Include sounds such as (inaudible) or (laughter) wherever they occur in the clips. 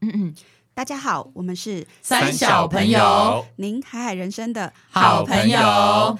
嗯嗯，大家好，我们是三小朋友，您海海人生的好朋友。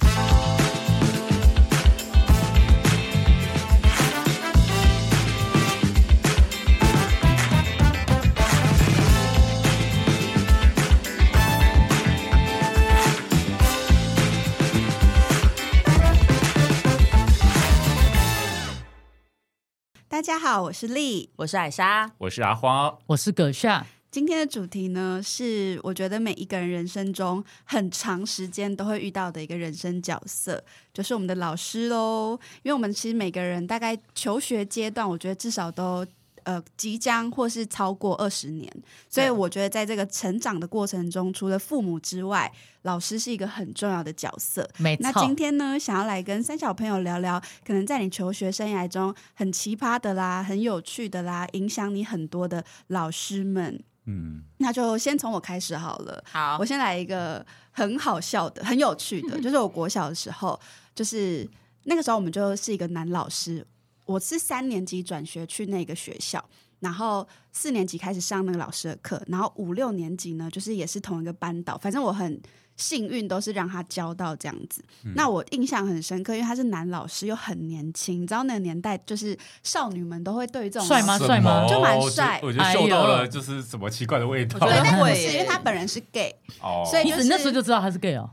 大家好，我是丽。我是艾莎，我是阿花，我是葛夏，今天的主题呢，是我觉得每一个人人生中很长时间都会遇到的一个人生角色，就是我们的老师喽。因为我们其实每个人大概求学阶段，我觉得至少都呃即将或是超过二十年，所以对我觉得在这个成长的过程中，除了父母之外，老师是一个很重要的角色。没那错，今天呢，想要来跟三小朋友聊聊，可能在你求学生涯中很奇葩的啦，很有趣的啦，影响你很多的老师们。嗯，那就先从我开始好了。好我，先来一个很好笑的、很有趣的，就是我国小的时候，就是那个时候我们就是一个男老师，我是三年级转学去那个学校，然后四年级开始上那个老师的课，然后五六年级呢，就是也是同一个班导，反正我很。幸运都是让他教到这样子，那我印象很深刻，因为他是男老师又很年轻，你知道那个年代就是少女们都会对这种帅老吗师帅吗就蛮我觉帅我觉得嗅到哎了呦就是什么奇怪的味道。我觉对，得但不会是，耶因为他本人是 gay，哦，所以你哎就只是那时候就知道他是 gay 哦，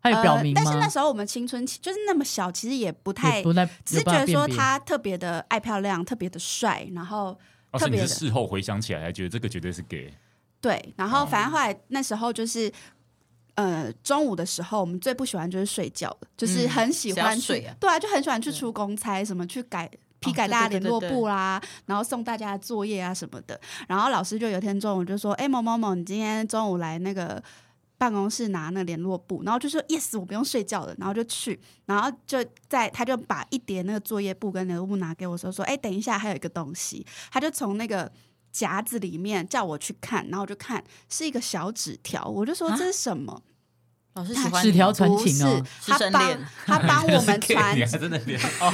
他有表明吗？呃。但是那时候我们青春期就是那么小，其实也不太也，不太，只是有觉办得法说辨别他特别的爱漂亮，特别的帅，然后而特且你别是的事后回想起来才觉得这个绝对是 gay，对，然后哦反正后来那时候就是。呃，中午的时候，我们最不喜欢就是睡觉了，就是嗯很喜欢想要去，睡啊对啊，就很喜欢去对出公差，什么去改批哦改对大家对联对络对簿啦，然后送大家的作业啊什么的。然后老师就有一天中午就说：“哎、某某某，你今天中午来那个办公室拿那联络簿。”然后就说：“yes，我不用睡觉了。”然后就去，然后就在他就把一叠那个作业簿跟联络簿拿给我说：“说哎、等一下，还有一个东西。”他就从那个夹子里面叫我去看，然后我就看是一个小纸条，我就说啊这是什么？老师他喜欢纸你条吗传不情是哦，，师他生帮恋他 (laughs) 帮我们传你还真的脸哦，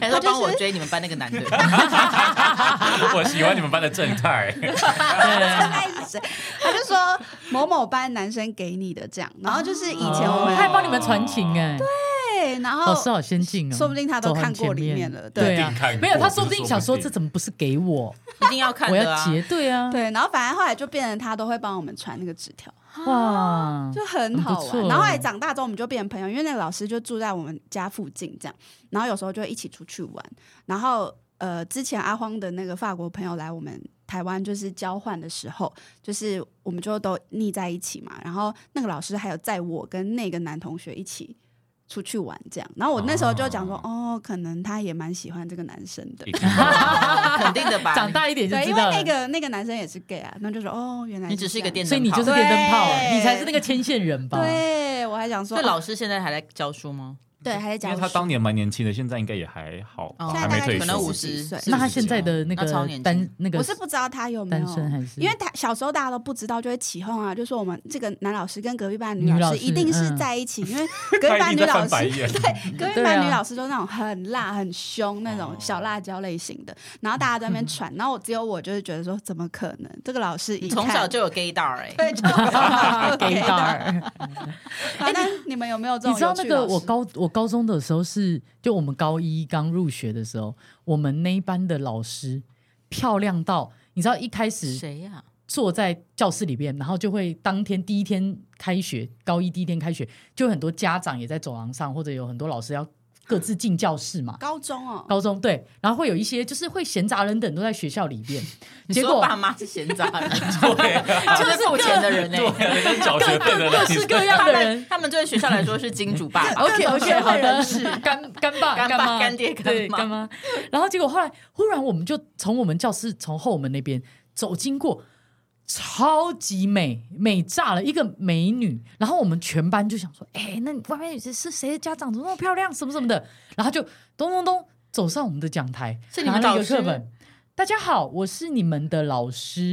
还他说就是帮我追你们班那个男的，我喜欢你们班的正太， (laughs) 他就说某某班男生给你的这样，然后就是以前我哦们他还帮你们传情哎，对，然后老师好先进哦，说不定他都走很看过前里面面了对对一啊定看，过没有他只是说不定说想不说定这怎么不是给我，一定要看我的要啊。结对啊，对，然后反正后来就变成他都会帮我们传那个纸条，哇，就很好很不玩。错然后后来长大之后，我们就变成朋友，因为那个老师就住在我们家附近，这样，然后有时候就一起出去玩。然后呃，之前阿荒的那个法国朋友来我们台湾就是交换的时候，就是我们就都腻在一起嘛。然后那个老师还有载我跟那个男同学一起。出去玩这样，然后我那时候就讲说，哦可能他也蛮喜欢这个男生的，一定的 (laughs) 肯定的吧？长大一点就对，因知为道了那。个那个男生也是 gay 啊，那就说哦，原来你只是一个这样电灯泡，所以你就是电灯泡哎，对你才是那个牵线人吧？对，我还想说，哦所以老师现在还在教书吗？对还在因讲为他当年蛮年轻的，现在应该也还好，哦现在还大没概退就可能是休五40十岁岁，那他现在的那那超年个轻单那个我是不知道他有没有单身还是因为他小时候大家都不知道，就会起哄啊，就说我们这个男老师跟隔壁班的女老老师师一定是嗯在一起， (laughs) 因为隔壁班一女定在老师翻白眼对隔壁对班啊女老师都是那种很辣、很凶那种哦小辣椒类型的，然后大家在那嗯边传，然后我只有我就是觉得说怎么可能？这个老师一你从小看就有 gay 道哎， (laughs) 对 (laughs) 就有 gay 道儿反正你们有没有这种哎你知道有那趣个老我师高我高中的时候是，就我们高一刚入学的时候，我们那一班的老师漂亮到，你知道一开始谁呀？坐在教室里边，然后就会当天第一天开学，高一第一天开学，就很多家长也在走廊上，或者有很多老师要各自进教室嘛。高中哦，高中对，然后会有一些就是会闲杂人等都在学校里边，你结说果爸妈是闲杂 (laughs) 人，对啊，就是付钱的人呢。哎对，人家缴学费的各人，式各样的他们人。他们对学校来说是金主 (laughs) 爸爸， (laughs) OK 各种 OK，好人的，是干干爸、干爸妈、干爹干妈对干妈。然后结果后来忽然我们就从我们教室从后门那边走经过，超级美美炸了一个美女。然后我们全班就想说，哎、那你外面是是谁的家长怎么那么漂亮，什么什么的。然后就咚咚咚走上我们的讲台，是你们拿了老一个师课本。大家好，我是你们的老师。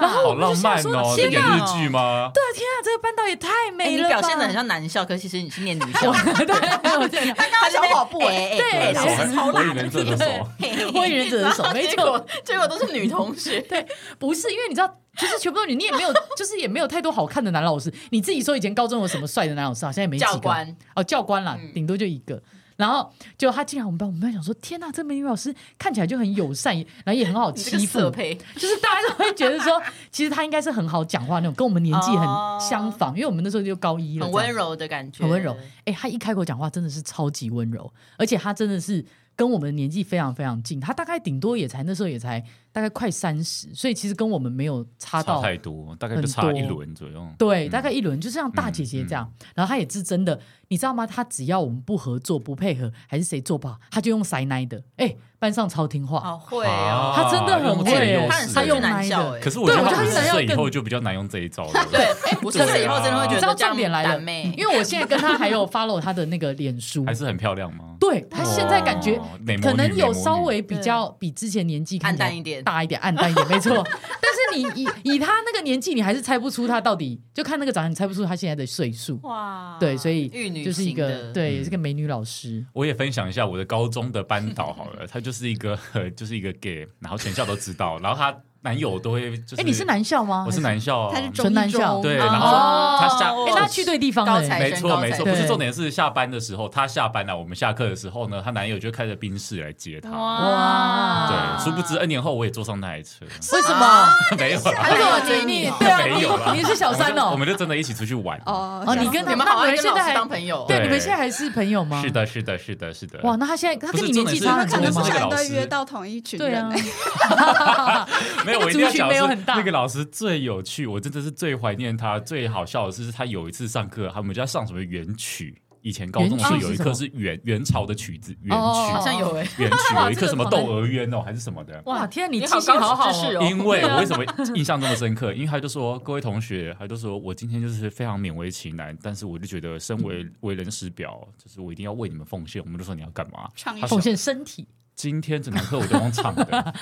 然后好我们就浪想漫说，哦！天这哪演日剧吗？对啊，天啊，这个班导也太哎，美你了吧，表现的很像男校，可是其实你是念女校。 (laughs) 对，我真的他小跑步哎，哎对手还超我辣以人这的手， (laughs) 火影忍者的手然后没结错果结果都是女同学。对，不是因为你知道，就是全部都你，你也没有， (laughs) 就是也没有太多好看的男老师。你自己说以前高中有什么帅的男老师，好像也没几个。教官哦，教官啦嗯，顶多就一个。然后就他进来我们班，我们班想说，天呐，这美女老师看起来就很友善，然后也很好你这个欺负色，胚，就是大家都会觉得说，其实他应该是很好讲话那种，跟我们年纪哦很相仿，因为我们那时候就高一了，很温。柔的感觉，很温柔。哎、他一开口讲话真的是超级温柔，而且他真的是跟我们年纪非常非常近，他大概顶多也才那时候也才大概快三十，所以其实跟我们没有差差到。太多，大概就差一轮左右。对，嗯大概一轮就像大姐姐这样，然后她也是真的，你知道吗？她只要我们不合作、不配合，还是谁做不好，她就用塞奶的。哎、班上超听话，好会哦。他真的很用这个会优势耶他很啊他适合用男校奶哎，可是我觉得对我觉他得五他十想要岁以更后就比较难用这一招了。 (laughs) 对，哎，不是对啊以后真的会觉你知道得重点来了了，，因为我现在跟她还有 follow 她的那个脸书还，是很漂亮吗？对她现在感觉哦美魔可女能有美魔女稍微比较比之前年纪看起来暗淡一点大一点，暗淡一点，(laughs) 没错。但是你以以他那个年纪，你还是猜不出他到底，就看那个长相，你猜不出他现在的岁数。哇，对，所以啊玉女就是一型个的，对，嗯也是个美女老师。我也分享一下我的高中的班导好了，他就是一个 (laughs) 就是一个 gay，然后全校都知道，然后他男友都会就是，哎，你是，男校吗？我是男校啊，他是纯中男一校中，对，哦然后他下还是。哎，那去对地方高了材哎没生错高材没错，生不是重点是下班的时候，他下班了、啊我们下课的时候呢，她男友就开着宾士来接她。哇哦对，殊不知 N 年后我也坐上那台车，为什么？啊 (laughs) 没有啊啦为什么他追你哦对 (laughs) 啊，没有啦你你是小三我哦们。就真的一起出去玩。哦哦，想你跟你们那好你像跟们现老在师还当朋友，对，对你们现在还是朋友吗？是。的，是的，是的，是的。哇，那他现在他不跟是你年纪差重很可能点是多之吗这？个前老都师约到同一群对人啊，欸， (laughs) 没有，那个我一定要族群讲的没有是很大那个老师最有趣，我真的是最怀念他。最好笑的是，他有一次上课，他们就要上什么元曲。以前高中的时候元曲有一是课是元元朝的曲子，元曲、哦好像有哎，元 (laughs) 曲有一这课个什么《狂窦娥冤》哦，还是什么的。哇，天啊，你你记好性高好好知识哦哦。因为我为什么印象这么深刻？因为他就说，各位同学，他就说我今天就是非常勉为其难，但是我就觉得身嗯为为人师表，就是我一定要为你们奉献。我们就说你要干嘛？唱一他首奉献身体，嗯今天整堂课我都用 (laughs) 唱的，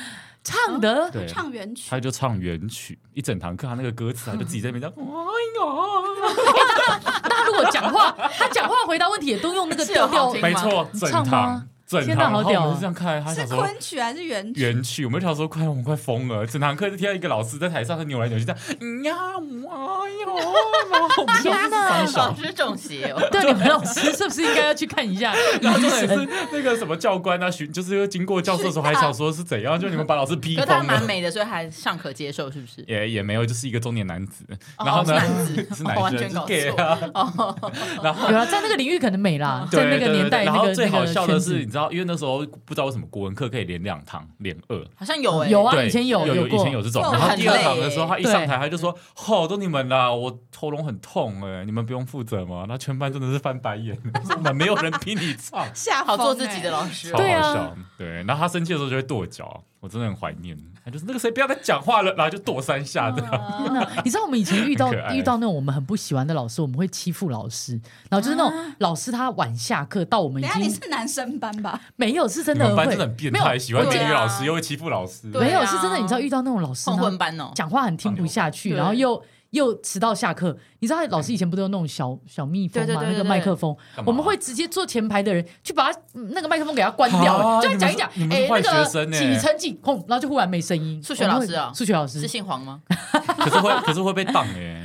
唱的对，唱原曲，他就唱原曲，一整堂课他那个歌词，他就自己在那边讲，哦哎他如果讲话，他讲话回答问题也都用那个是有调好调听。没错，你整唱吗堂整天哪堂，好然后啊屌我们哦是这样看，他是想说昆曲还是原曲？原曲，我们就想说快，我们快疯了，整堂课就听到一个老师在台上他扭来扭去，这样，嗯呀，我哎呦，然后我们就天哪 (laughs) 三老小。师中邪哦，对，啊你们老师是不是应该要去看 (laughs) 一下然后医重点生？是那个什么教官啊，巡就是经过教室的时候还想说是怎样，就你们把老师逼可是他疯蛮了，美的，所以还尚可接受，是不是？也也没有，就是一个中年男子，哦然后呢是男子是哦男完生全是搞 gay 错哦啊， (laughs) 然后有啊，在那个领域可能 (laughs) 美啦，在那对对个对年代对那然后个最那好个笑的圈是，子你。知道，因为那时候不知道为什么国文课可以连两堂，连二。好像有哎，有啊，对以前有有以过前有这种，哇然后很第二累堂的时候，他一对上台他就说：“吼，都你们啦，我喉咙很痛哎，你们不用负责吗？”那全班真 (laughs) 的是翻白眼，真的没有人逼你唱，吓好做疯自欸己 (laughs) 的老师哦，超对好啊笑。对，然后他生气的时候就会跺脚，我真的很怀念。他就是那个谁不要再讲话了，然后就跺三下这样。天哪！你知道我们以前遇到很可爱遇到那种我们很不喜欢的老师，我们会欺负老师，然后就是那种老师他晚下课到我们已等一下你经是男生班吧？没有是 (laughs) 真你的们会班真的很变没有啊态，喜欢我美觉得女老师又会欺负老师。对没有啊是真的，你知道遇到那种老师混呢混班哦，讲话很听不下去，对然后又又迟到下课。你知道老师以前不都有那种小小蜜蜂对对嘛，对那对个对麦克风，干嘛我们会直接坐前排的人去把他嗯那个麦克风给他关掉，啊就讲一讲，你们是哎你，那们是坏学个生欸起承起哄，然后就忽然没声音。数学老师啊我们会数学老是师姓黄吗？可是会，可是会被当 (laughs) 哎，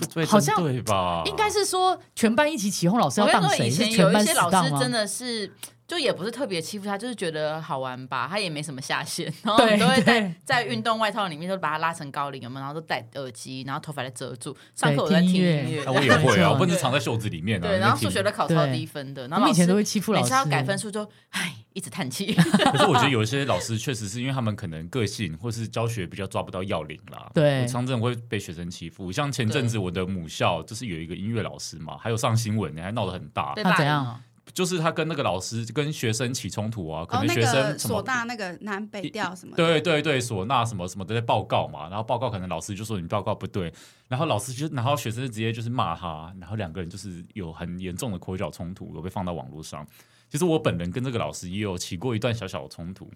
会被好像针对吧？应该是说全班一起起哄，老师我要跟你当说，谁？以是前有全一班些死老当师吗？真的是，就也不是特别欺负他，就是觉得好玩吧，他也没什么下限，然后对我们都会在对在运动外套里面都把他拉成高领，有没有？然后都戴耳机，然后头发来遮住。上课我在对听听音音乐乐 (laughs) 啊，我也会啊，对我不能藏在袖子里面 (laughs) 啊。对，然后数学的，都考超低分的，然我后们老以师前都会欺负老每师次要改分数就唉，一直叹 (laughs) 气。 (laughs) 可是我觉得有一些老师确实是因为他们可能个性或是教学比较抓不到要领啦。对我常常会被学生欺负。像前阵子我的母校就是有一个音乐老师嘛，还有上新闻呢，还闹得很大被。那霸怎凌样哦？就是他跟那个老师跟学生起冲突啊，可哦，能那学个生什唢么。呐那个南北调什么的，对对对，唢呐什么什么都在报告嘛，然后报告可能老师就说你报告不对，然后老师就然后学生就直接就是骂他，然后两个人就是有很严重的口角冲突，有被放到网络上。其实我本人跟这个老师也有起过一段小小的冲突，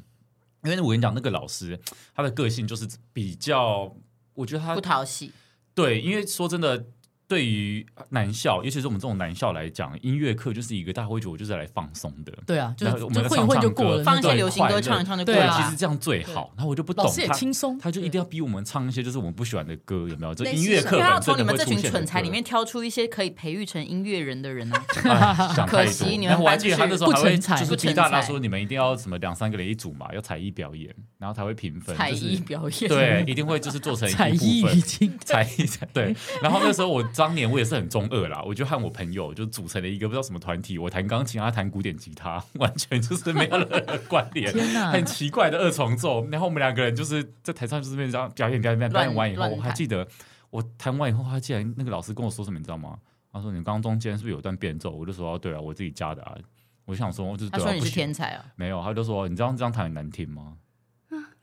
因为我跟你讲，那个老师他的个性就是比较我觉得他不讨喜，对，因为说真的，对于男校，尤其是我们这种男校来讲，音乐课就是一个大家会觉得我就是来放松的。对啊，就然后是我们在就混一混唱就唱歌过了。放一些对流行快歌乐唱一唱就对过啊了。其实这样最对好。然后我就不懂老师也他，轻松，他就一定要逼我们唱一些就是我们不喜欢的歌，有没有？这类似音乐什么课他要本真从你的们会这出群现蠢的材歌里面挑出一些可以培育成音乐人的人啊 (laughs) 呢。哎想可太惜多你然后们我还班记得是他那时候不还会成才就是不逼成大家才说你们一定要什么两三个人一组嘛，要才艺表演，然后才会评分。才就是艺表演，对，一定会就是做成一才艺部分已经才艺才对。然后那时候我当年我也是很中二啦，我就和我朋友就组成了一个不知道什么团体，我弹钢琴，他弹古典吉他，完全就是没有任何关联。天嗯 (laughs) 哪很奇怪的二重奏，然后我们两个人就是在台上就是这样表演表演表演表演完以后，乱乱我还弹记得我弹完以后，他竟然那个老师跟我说什么，你知道吗？他说你刚刚中间是不是有段变奏？我就说哦对啊，我自己加的啊。我就想说，就是他对啊说你不是行天才哦，没有，他就说你这样这样弹很难听吗？哦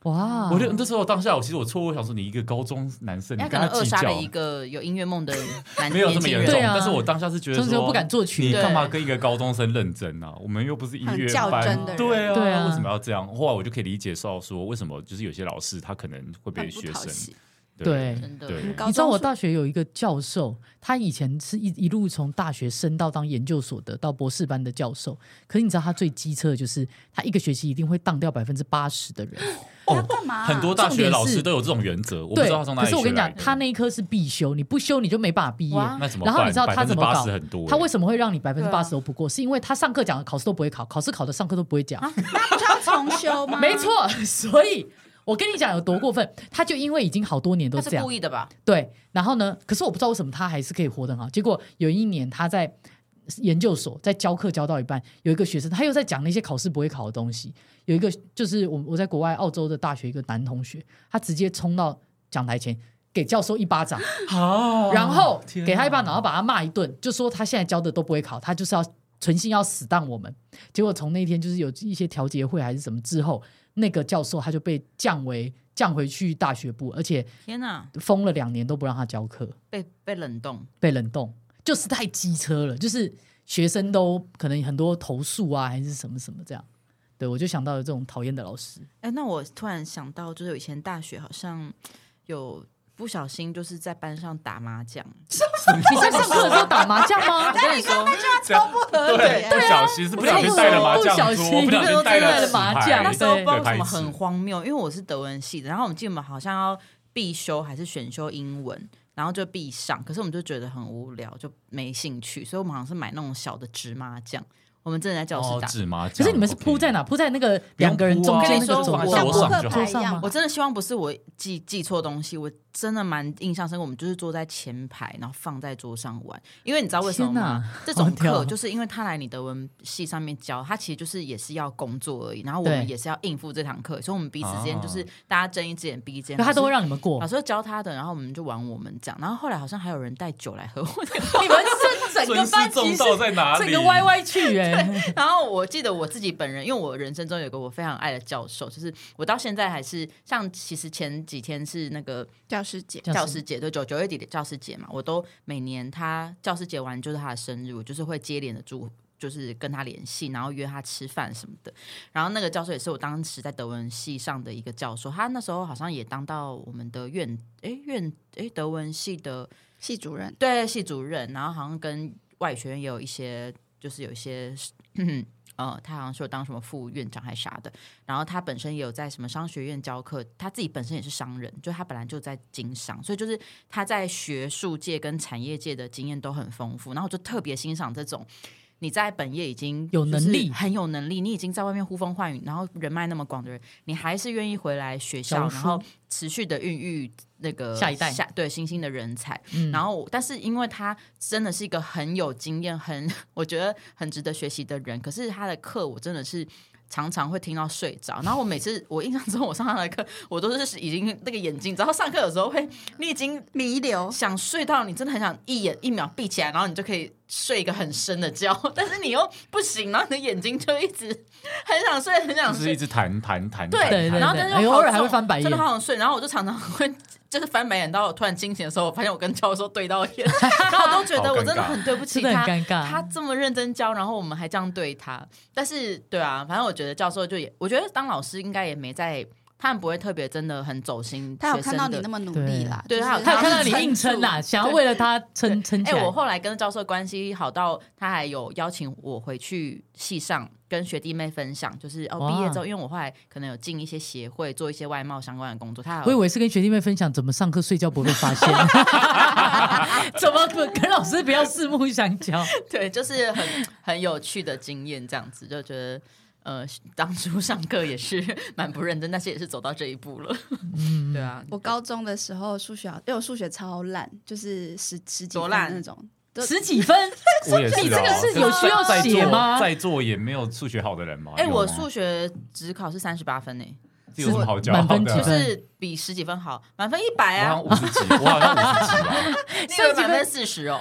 哇，我就那时候当下，我其实我错，我想说你一个高中男生，你他跟可能扼计杀了较啊一，个有音乐梦的男 (laughs) 没有这年么轻严人。重。对啊但是我当下是觉得真的说不敢作曲你对干嘛跟一个高中生认真啊？我们又不是音乐很较班真的，人对啊，对啊为什么要这样？后来我就可以理解到说，为什么就是有些老师他可能会被很不学讨生喜。对真的对高你知道中我是大学有一个教授，他以前是一一路从大学升到当研究所的，到博士班的教授。可是你知道他最机车的就是，他一个学期一定会当掉百分之八十的人。他干嘛啊？哦很多大重学点老是师都有这种原则，我不对知道他从，哪可里是我跟你学来讲，的他那一科是必修，你不修你就没办法毕业。哇那怎么然后办你知道他怎么搞80%很多欸，他为什么会让你百分之八十对啊都不过？是因为他上课讲的考试都不会考，考试考的上课都不会讲。那不就要重修吗？没，错，所以我跟你讲有多过分，他就因为已经好多年都他这是样故，意的吧？对，然后呢？可是我不知道为什么他还是可以活得很好。结果有一年他在研究所在教课教到一半，有一个学生他又在讲那些考试不会考的东西。有一个就是我我在国外澳洲的大学一个男同学，他直接冲到讲台前给教授一巴掌，啊然后天给他一巴掌，哪然后把他骂一顿，就说他现在教的都不会考，他就是要存心要死当我们。结果从那天就是有一些调节会还是什么之后，那个教授他就被降为降回去大学部，而且天哪，封了两年都不让他教课。被被冷冻，被冷冻，就是太机车了，就是学生都可能很多投诉啊，还是什么什么这样。对，我就想到了这种讨厌的老师，哎、那我突然想到，就是我以前大学好像有不小心就是在班上打麻将。 (laughs) 你在上课的时候打麻将 (laughs) 吗？我跟你说，超不合理对，耶。不小心是不小心不带了麻不将小桌，心不小对心带带了纸麻牌将那时候不知道为什对么拍很子荒谬，因为我是德文系的，然后我们记得我们好像要必修还是选修英文，然后就必上，可是我们就觉得很无聊，就没兴趣，所以我们好像是买那种小的纸麻将，我们真的在教室哦打。纸麻将。可是你们是 OK 铺在哪？铺在那个两个人中间那不个用桌铺啊上我跟你说吗 (laughs) 我桌上吗？我真的希望不是我记记错东西，我真的蛮印象深刻。我们就是坐在前排，然后放在桌上玩，因为你知道为什么吗天哪？这好种屌课就是因为他来你德文系上面教，他其实就是也是要工作而已，然后我对哦们也是要应付这堂课，所以我们彼此之间就是啊大家睁一只眼闭一只眼，可他都会老师让你们过老，师教他的，然后我们就玩我们这样，然后后来好像还有人带酒来喝我的， (laughs) 你们是整尊个师班级重是道在哪里？整个歪歪去哎、 (laughs) 然后我记得我自己本人，因为我人生中有个我非常爱的教授，就是我到现在还是像其实前几天是那个教师节教教师师节，对九九月底的教师节嘛，我都每年他教师节完就是他的生日，我就是会接连的祝。就是跟他联系，然后约他吃饭什么的。然后那个教授也是我当时在德文系上的一个教授，他那时候好像也当到我们的院诶院诶德文系的系主任对系主任，然后好像跟外语学院也有一些，就是有一些，呃，他好像是有当什么副院长还是啥的，然后他本身也有在什么商学院教课，他自己本身也是商人，就他本来就在经商，所以就是他在学术界跟产业界的经验都很丰富，然后我就特别欣赏这种。你在本业已经有就是能力很有能力，你已经在外面呼风唤雨，然后人脉那么广的人，你还是愿意回来学校，教然后书持续的孕育那个下一代对新兴的人才。嗯然后，但是因为他真的是一个很有经验、很 (laughs) 我觉得很值得学习的人，可是他的课我真的是。常常会听到睡着，然后我每次我印象中我上他的课，我都是已经那个眼睛，然后上课有时候会你已经弥留，想睡到你真的很想一眼一秒闭起来，然后你就可以睡一个很深的觉， (laughs) 但是你又不行，然后你的眼睛就一直 (laughs) 很想睡，很想就是睡一，直弹弹弹，对弹对弹对然后但是哎又好偶尔还会重翻白眼真的好想睡。然后我就常常会就是翻白眼，到我突然清醒的时候，我发现我跟教授对到 (laughs) 眼，然后我都觉得我真的很对不起真的很他。尴尬。他这么认真教，然后我们还这样对他，但是对啊，反正我觉得教授就也，我觉得当老师应该也没在他们不会特别真的很走心。他有看到你那么。么努力啦，对就是他有他有看到你撑啊硬撑啦，住想要为了他撑撑起哎、来。我后来跟教授关系好到他还有邀请我回去系上跟学弟妹分享，就是哦哇毕业之后，因为我后来可能有进一些协会做一些外贸相关的工作，他还我以有为是跟学弟妹分享怎么上课睡觉不会被发现，怎么不跟老师不要四目相交。对，就是很很有趣的经验，这样子就觉得。呃，当初上课也是蛮不认真，但是也是走到这一步了。 (laughs) 嗯，对啊，我高中的时候数学好，因为我数学超烂，就是十十几多分烂那种。就十几分，我也是啊。你这个是就有需要在座写吗在座也没有数学好的人吗？哎、有吗啊我数学只考是三十八分呢、这有什么好骄傲满分的？几就分是比十几分好，满分一百我啊好像，五十几，我好像五十 (laughs) 几啊。那个人满分四十哦。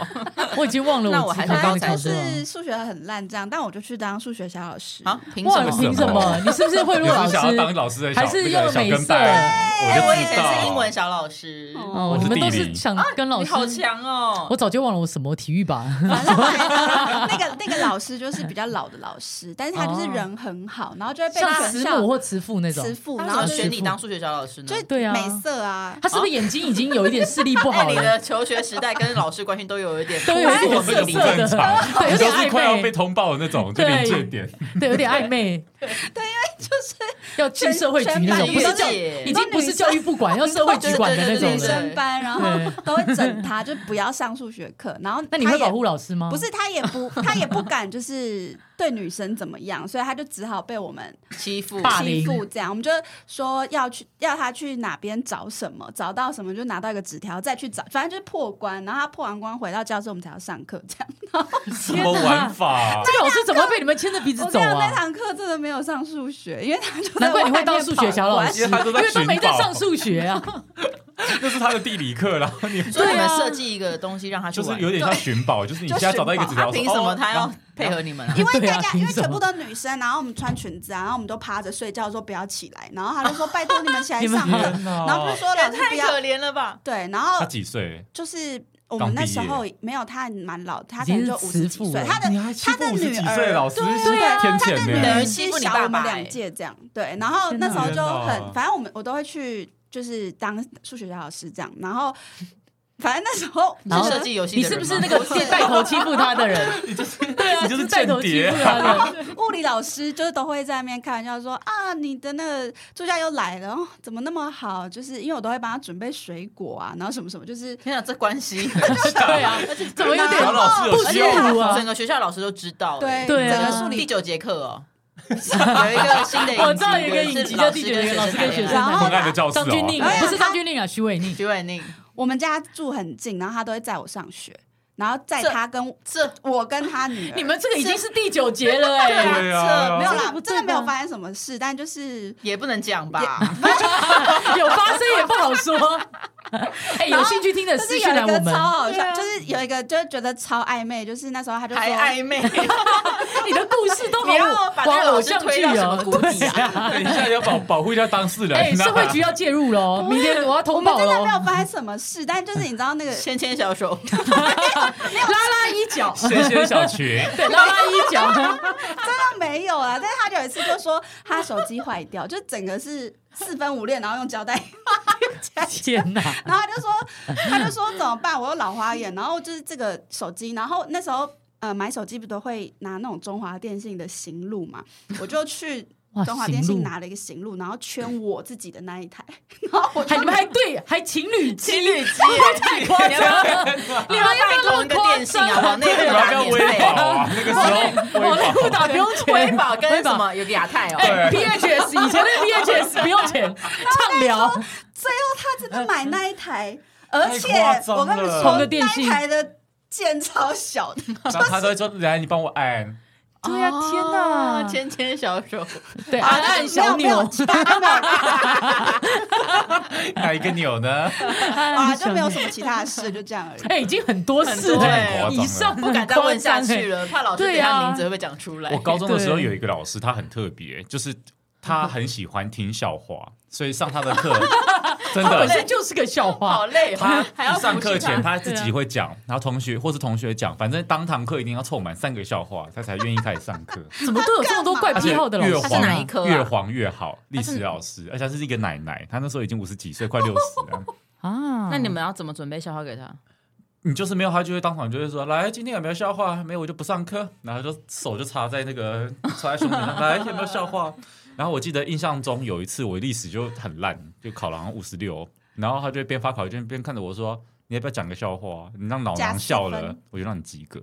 我已经忘了那我我自还己是高中反要正考考就试了。是数学很烂这样，但我就去当数学小老师。啊，凭什哇，么？凭什么？你是不是贿你是赂老不是想要当师？老师的小还是那个用小美跟色？班？哎、就我以前知道是英 (laughs) 文小老师，哦哦我，你是们都地是理想跟老你师。好强哦！我早就忘了我什么体育吧。 (laughs) 反正后来那个那个老师就是比较老的老师，但是他就是人很好，然后就会被哦像全慈校母或慈父那种慈，父，他然后怎么就是选你当数学小老师呢？就是对啊美色啊，他是不是眼睛已经有一点视力不哎，好你了？的求学时代跟老师关系都有一点都有一点我这个色不色正常， (laughs) 对你都有点是暧快要被昧，通报的那种，就临界 (laughs) 点。对，有点暧昧。对，因为就是要进社会局那种，全不是全教，班女已经不是教育部管，要社会局管的那种女对对对对对人。生班，然后对都会整他，就不要上数学课。然后那你他会也保护老师吗？不是，他也 (laughs) 不，他也不敢，就是对女生怎么样，所以他就只好被我们欺负霸凌欺负这样。我们就说要去，要他去哪边找什么，找到什么就拿到一个纸条，再去找，反正就是破关。然后他破完关回到教室，我们才要上课这样。什么玩法？啊 (laughs) 这个老师怎么会被你们牵着鼻子我走跟你讲那啊？堂课真的没有上数学，因为他就在难怪你外会当面数学小跑老关师，因为他都因在为都没在寻宝上数 (laughs) 学啊。那是他的地理课，然后你所以你对们啊设计一个东西让他去 (laughs) 就玩，是有点像寻宝，就是你现在找到一个指他标，凭什么哦他要配合你们啊？因为 (laughs) 对啊大家、凭因为什全部么都女生，然后我们穿裙子啊，然后我们都趴着睡觉，说不要起来，然后他就说拜托你们起来你们 (laughs) 上课，天哪！然后就说老师不太可要怜了吧？对，然后他几岁？就是我们那时候没有他还蛮老，他可能就五十已经是慈几父岁，了他的你还欺他负的五十女几岁儿老师，是对啊天他的谴女呢儿等于欺负是你小我爸们爸欸两届这样，对，然后天哪那时候就天哪很，反正我们我都会去就是当数学小老师这样，然后反正那时候然是后设计游戏你的是人吗不是 (laughs) 那个带头欺负他的人？ (laughs) 对啊，啊 (laughs) 你就是带头间谍欺啊负他的 (laughs) 人。物理老师就是都会在那边开玩笑说啊，你的那个助教又来了，哦怎么那么好？就是因为我都会帮他准备水果啊，然后什么什么，就是天啊，这关 (laughs) 系对啊，怎么有点小老师有不需舒要服啊整？个学校老师都知道。对对啊整个数第理。九节课 (laughs) 哦，有一个新的影集，我知道有一个影集是叫第九节课老师老师跟学谈恋爱生然后昏暗的教室张钧甯哦。啊不是张钧甯啊，徐伟 (laughs) 宁。徐伟宁，我们家住很近，然后他都会载我上学，然后载这他跟这我跟他女儿。你们这个已经是第九 (laughs) 节了哎，对啊，没有啦这个不，对真的没有吧发生什么事，但就是也不能讲吧？ (laughs) 啊有发生也不好 (laughs) 说。哎，有兴趣听的就私是讯有来一我个们超。好对笑，啊就是有一个就是觉得超暧昧，就是那时候他就说还暧 (laughs) 昧，你的故事都好你要把那往个偶老师像推剧到什哦么。谷底啊？等一下要保保护一下当事人。哎，社会局要介入喽，明天我要哦我通们报真的喽没，有发生什么事，但就是你知道那个牵牵小手， (laughs) 拉拉衣角，先先小群，对，拉拉衣角， (laughs) 没有啊，但是他有一次就说他手机坏掉， (laughs) 就整个是四分五裂，然后用胶带， (laughs) (laughs) 天哪！然后他就 (laughs) 说他就说怎么办？我有老花眼，然后就是这个手机，然后那时候呃买手机不都会拿那种中华电信的行路 (laughs) 嘛，我就去。哇中华电信行路拿了一个行路，然后圈我自己的那一台，然后我就还你们还对，还情侣 (laughs) 情机，侣机耶， (laughs) 太夸张了！ (laughs) 你们拜托一个电信啊，往内你部要打跟免威费宝，啊，那个时候网内威 (laughs) 裤宝打不用哎威钱，宝跟威什宝么有个亚太哦，对 VHS 以前的 VHS 不用钱， (laughs) 畅聊他真的买那一台，而且太夸张了我跟你说，同个电信那一台的键超小 (laughs) 的，然后他都会说：“来，你帮我按。对呀天哪哦啊牵牵小 (laughs) 手，对，按按小没有没钮有，其他都没有哪一个钮呢？哎按啊，按就小没有钮。什么其他的事，就这 (laughs) 样而已。哎，已经很多事很多了，哎以上不敢再问下很夸张哎去了，怕老师对欸对啊他名字会不会讲出来。我高中的时候对有一个老师，他很特别，就是他很喜欢听笑话，所以上他的课真他本的。身就是个笑话好，累，啊啊他还要一上扶持课前他他自己会讲，然后同学或是同学讲，反正当堂课一定要凑满三个笑话，他才愿意开始上课。怎么都有这么多怪而且癖好的老越师黄他是哪一科啊越黄越好，历他史是老师，而且她是一个奶奶，她那时候已经五十几岁，快六 (laughs) 十了。啊？那你们要怎么准备笑话给他？你就是没有，他就会当场就会说：“来，今天有没有笑话？没有我就不上课。”然后就手就插在那个 (laughs) 插在胸口上，哎来有没有 (laughs) 笑话？然后我记得印象中有一次我历史就很烂，就考了好像五十六，然后他就边发考卷边看着我说：“你要不要讲个笑话？你让老加娘四笑分了，我就让你及格。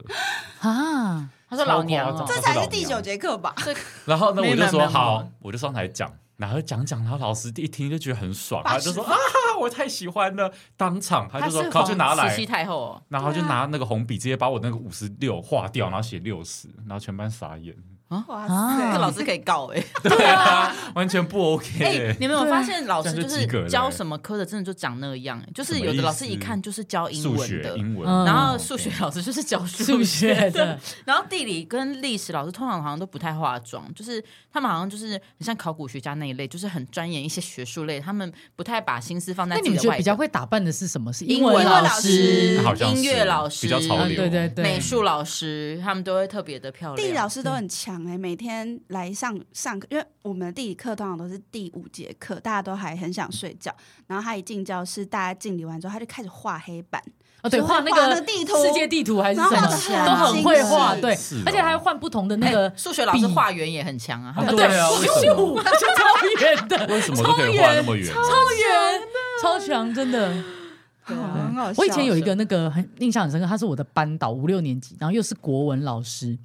啊，他说老娘超夸哦张，这才是第九节课吧？”啊然后呢，没我有就没说有没有好，我就上台讲，然后讲讲，然后老师一听就觉得很爽，八他十就说：“啊，我太喜欢了！”当场他他就是说：“考卷拿皇来慈。禧”太后哦，然后就拿那个红笔直接把我那个五十六划掉，然后写六十，然后全班 (laughs) 傻眼，哇啊这塞，老师可以告 (laughs) 哎。对啊，完全不 OK，、哎、你们有对啊发现老师这样就就及格了欸是教什么科的，真的就长那样、哎就是有的老师一看就是教英数文学、的，英文，哦嗯然后数学老师就是教数 (laughs) 学的的，然后地理跟历史老师通常好像都不太化妆，就是他们好像就是很像考古学家那一类，就是很钻研一些学术类，他们不太把心思放在那自己你们的觉得外比较会打扮的是什么？是英文文老老师师好像是音乐老师比较潮啊流，对对对美术老师，他们都会特别的漂亮。地理哦老师都很强哎、每天来上上课，因为我们的地理课通常都是第五节课，大家都还很想睡觉，然后他一进教室，大家敬礼完之后，他就开始画黑 (laughs) 板，啊，对，就画会那个画那地图世界地图还是然后画什么得，很都很会画，精致对是哦，而且还换不同的那个哎数学老笔师画圆也很强啊，他啊们对啊，为什咻么 (laughs) 超远的，为什么都可以画那么远？超远，超强，真的。对啊哦很好笑。我以前有一个那个很印象很深刻，他是我的班导，五六年级，然后又是国文老师，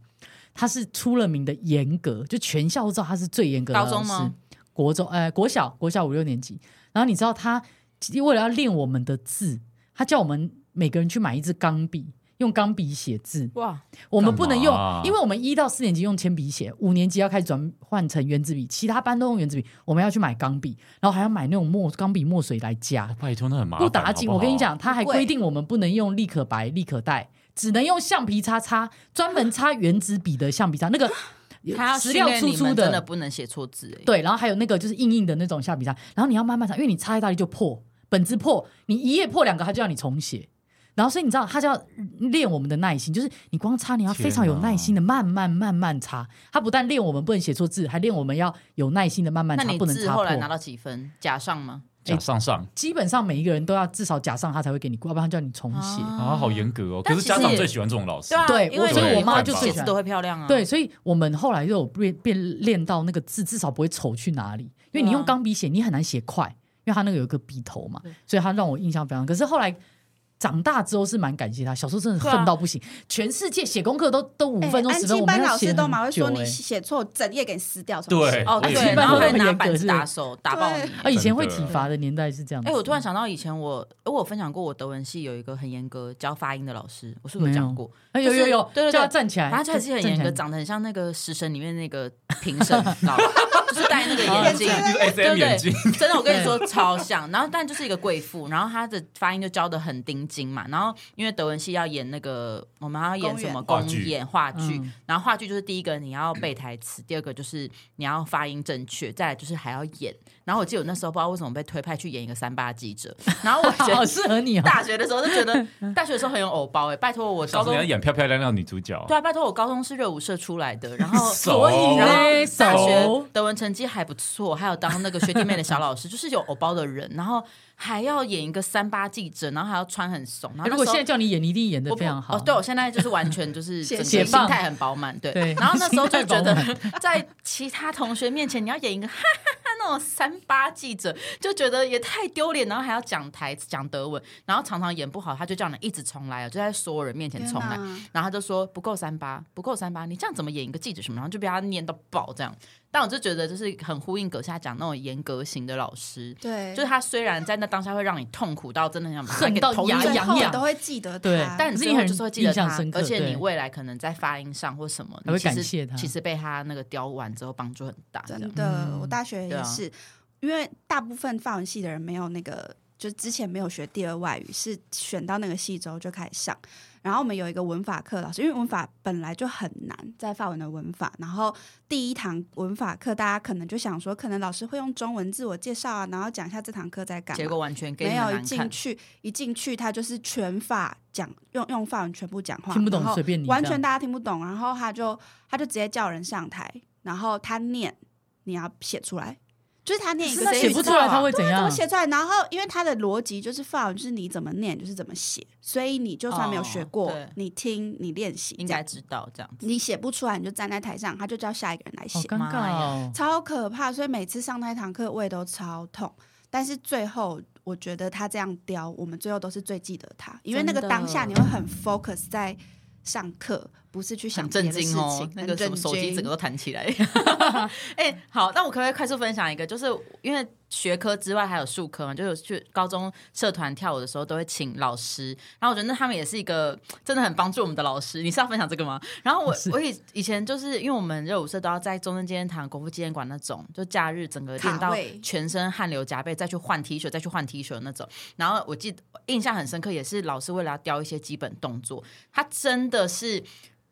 他是出了名的严格，就全校都知道他是最严格的老师。高中吗？国中，呃，国小，国小五六年级。然后你知道他为了要练我们的字，他叫我们每个人去买一支钢笔，用钢笔写字。哇，我们不能用干嘛，因为我们一到四年级用铅笔写，五年级要开始转换成圆珠笔，其他班都用圆珠笔，我们要去买钢笔，然后还要买那种墨钢笔墨水来加。啊拜托，那很麻烦，不打紧，好好我跟你，讲，他还贵规定我们不能用立可白、立可带，只能用橡皮擦擦，专门擦原子笔的橡皮擦，那个 (laughs) 他要石训料练粗你粗们真的不能写错字哎、对，然后还有那个就是硬硬的那种橡皮擦，然后你要慢慢擦，因为你擦一大力就破，本子破，你一页破两个，他就要你重写。然后所以你知道，他就要练我们的耐心，就是你光擦，你要非常有耐心的慢慢慢慢擦。他不但练我们不能写错字，还练我们要有耐心的慢慢那擦，你不能字擦后破。来拿到几分？假上吗？讲上上基本上每一个人都要至少假上，他才会给你过，要不然他叫你重写。啊，好严格哦。可但是其家实长也最喜欢这种老师，对啊，对因为我所以我妈就写最喜字欢都会漂亮啊。对，所以我们后来就有变变练到那个字，至少不会丑去哪里。因为你用对啊钢笔写，你很难写快，因为它那个有一个笔头嘛对，所以它让我印象非常。可是后来长大之后是蛮感谢他，小时候真的对啊恨到不行，全世界写功课都都五哎分钟安十分，静我们班要老写师很都嘛会久说你哎写错，整页给你撕掉。重对写哦，我也对，是然后我还也是拿严格板子是打手打爆你。啊，以前会体真的罚的年代是这样子。哎、我突然想到以前我，呃我有分享过我德文系有一个很严格教发音的老师，我是不是有没有讲过？哎有就有是有，对对叫他对站起来，反正他还是很站起严格，来长得很像那个《食神》里面那个评审 (laughs) 老，就是戴那个哦眼镜。 (laughs) 就是 S 对 M 不对眼镜，？真的，我跟你说超像。然后，但就是一个贵妇，然后她的发音就教的很钉精嘛。然后，因为德文系要演那个，我们要演什么公演公演话剧嗯，然后话剧就是第一个你要背台词，第二个就是你要发音正确，再来就是还要演。然后我记得我那时候不知道为什么被推派去演一个三八记者，然后我觉好得适合你哦。大学的时候就觉 (laughs) 嗯得，大学的时候很有偶包哎、拜托我小高时 (laughs) 中候要演漂漂亮亮女主角，对啊，拜托我高中是热舞社出来的，然后 (laughs) 熟所以然嘞后大哦熟学德文成绩还不错，还有当那个学弟妹的小老师，就是有偶包的人，然后还要演一个三八记者，然后还要穿很怂，然后哎那如果时现候在叫你演，你一定演的我非不常好。哦，对，我现在就是完全就 (laughs) 是整个解心放态很饱满，对。对然后那时候就觉心态饱得，在其他同学面前你要演一个哈哈哈那种三八记者，就觉得也太丢脸，然后还要讲台词讲德文，然后常常演不好，他就叫你一直重来哦，就在所有人面前天重来哪。啊然后他就说不够三八，不够三八，你这样怎么演一个记者什么？然后就被他念到爆这样。但我就觉得就是很呼应阁下讲那种严格型的老师，对，就是他虽然在那当下会让你痛苦到真的很想把他恨给到头牙压痒最痒后都会记得对他。但啊可是之你后很就是会记得印象他深，刻而且对你未来可能在发音上或什么，还你会其实感谢他其实被他那个雕完之后帮助很大。这样真的，我大学对也啊是，因为大部分法文系的人没有那个，就之前没有学第二外语，是选到那个系之后就开始上。然后我们有一个文法课老师，因为文法本来就很难，在法文的文法。然后第一堂文法课，大家可能就想说，可能老师会用中文自我介绍啊，然后讲一下这堂课在干嘛。结果完全给你没们有一难进看。去，一进去他就是全法讲，用用法文全部讲话，听不懂然后随便你完这样全大家听不懂。然后他就他就直接叫人上台，然后他念，你要写出来，就是他念一个那谁写句不子出来他会怎怎啊样么？写出来？然后因为他的逻辑就是法文，就是你怎么念就是怎么写，所以你就算没有学过，哦对你听你练习，应该知道这样子，你写不出来，你就站在台上，他就叫下一个人来好写。尴尬妈呀哦！超可怕，所以每次上那一堂课胃都超痛。但是最后，我觉得他这样雕，我们最后都是最记得他，因为那个真的当下你会很 focus 在上课，不是去想很别震的事惊情，哦，那很个什震么手机惊整个都弹 (laughs) 起来。 (laughs) 哎、好，那我可不可以快速分享一个？就是因为学科之外还有术科嘛，就是去高中社团跳舞的时候都会请老师，然后我觉得那他们也是一个真的很帮助我们的老师。你是要分享这个吗？然后我我以以前就是因为我们热舞社都要在中正纪念堂、国父纪念馆那种，就假日整个练卡到位全身汗流浃背，再去换 T 恤，再去换 T 恤那种。然后我记得印象很深刻，也是老师为了要雕一些基本动作，他真的是。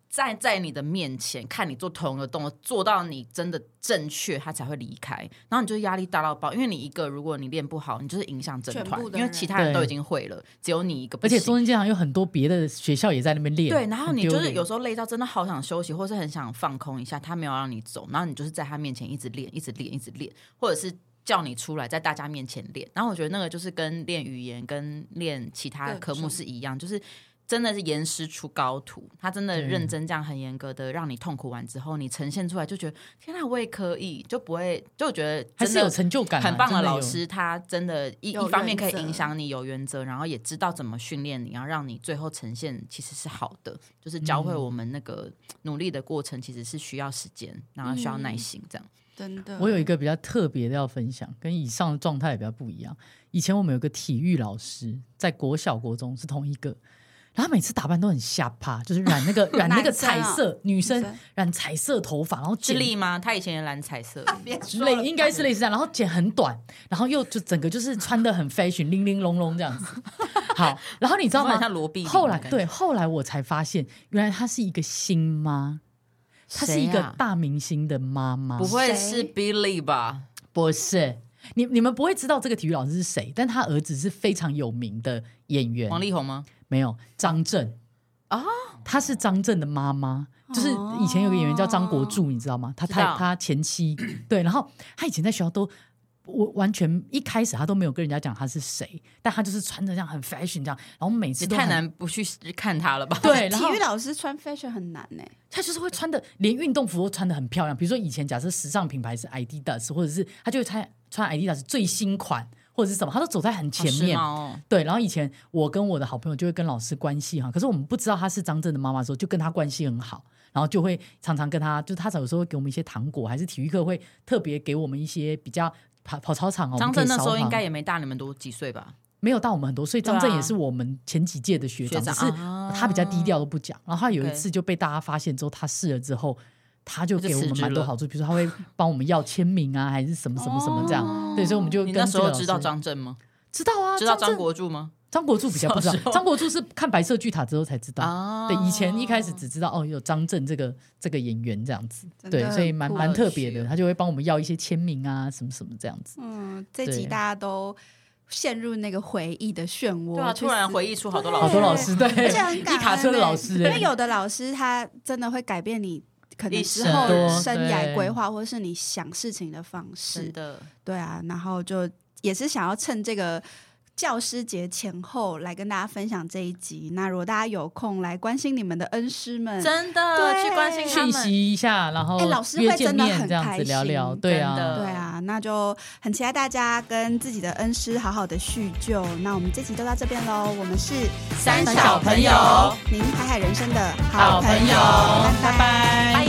站在你的面前看你做同一个动作，做到你真的正确，他才会离开。然后你就压力大到爆，因为你一个，如果你练不好，你就是影响整全团部，的因为人其他人对都已经会了，只有你一个不而行。且中间经常有很多别的学校也在那边练，对，然后很你丢就是脸有时候累到真的好想休息，或是很想放空一下，他没有让你走，然后你就是在他面前一直练，一直练，一直练，或者是叫你出来在大家面前练。然后我觉得那个就是跟练语言、跟练其他各科目种是一样，就是。真的是严师出高徒，他真的对认真这样很严格的让你痛苦完之后，你呈现出来就觉得天啊，我也可以，就不会就觉得还真是的有成就感啊，很棒真的的老有。师，他真的一有一方面可以原则影响你有原则，然后也知道怎么训练你，然后让你最后呈现其实是好的，就是教会嗯我们那个努力的过程其实是需要时间，然后需要耐心这样。真的。我有一个比较特别的要分享，跟以上的状态也比较不一样。以前我们有个体育老师，在国小、国中是同一个，然后他每次打扮都很下趴，就是嗯染那个染那男个生彩啊色，女生生染彩色头发，然后智剪利吗？他以前也蓝彩色，别说了类应该是类似这样，然后剪很短，然后又就整个就是穿的很 fashion，零零隆隆这样子。好，然后你知道 (laughs) 有没有吗很？像罗碧玲的后来感觉对，后来我才发现，原来她是一个星妈，她是谁一个啊大明星的妈妈。不会是谁 Billy 吧？不是，你你们不会知道这个体育老师是谁，但他儿子是非常有名的演员，王力宏吗？没有张震啊，她是张震的妈妈。就是以前有个演员叫张国柱，你知道吗？他知道他他前妻对，然后他以前在学校都我完全一开始他都没有跟人家讲他是谁，但他就是穿着这样很 fashion 这样，然后每次也都太很难不去看他了吧？哦对，然后体育老师穿 fashion 很难呢、他就是会穿的，连运动服都穿的很漂亮。比如说以前假设时尚品牌是 Adidas，或者是他就会穿穿 Adidas 最新款或者是什么，他都走在很前面。好时髦哦对，然后以前我跟我的好朋友就会跟老师关系哈，可是我们不知道她是张震的妈妈的时候，就跟她关系很好，然后就会常常跟她，就是她有时候会给我们一些糖果，还是体育课会特别给我们一些比较跑跑操场哦。我们张可震以那时烧候应糖该也没大你们多几岁吧？没有到我们很多，所以对啊张震也是我们前几届的学长，学长只是啊他比较低调都不讲。然后他有一 OK 次就被大家发现之后，他试了之后，他就他就给我辞们职蛮多了好处，比如说他 (laughs) 会帮我们要签名啊，还是什么什么什么这样。对，所以我们就哦你跟那时这个候老知道师张震吗？知道啊，知道张张震国柱吗？张国柱比较不知小时道，候张国柱是看白色巨塔之后才知道。啊对，以前一开始只知道哦，有张震这个这个演员这样子，真的对，所以蛮很酷蛮特别有的，趣他就会帮我们要一些签名啊，什么什么这样子。嗯，这集对大家都陷入那个回忆的漩涡，对啊，去突然思回忆出好多老好多老师对， (laughs) 而且很感一卡车的恩欸老师因欸，为有的老师他真的会改变你可能一之生后多生涯对规划，或者是你想事情的方式真。的。对啊，然后就也是想要趁这个。教师节前后来跟大家分享这一集。那如果大家有空来关心你们的恩师们，真的对去关心他 (laughs) 讯们。息一下，然后哎老师会约见真的面很这样开子心聊聊，对啊，真的对啊，那就很期待大家跟自己的恩师好好的叙旧。那我们这集就到这边喽，我们是三小朋友，您海海人生的好朋友拜拜拜拜。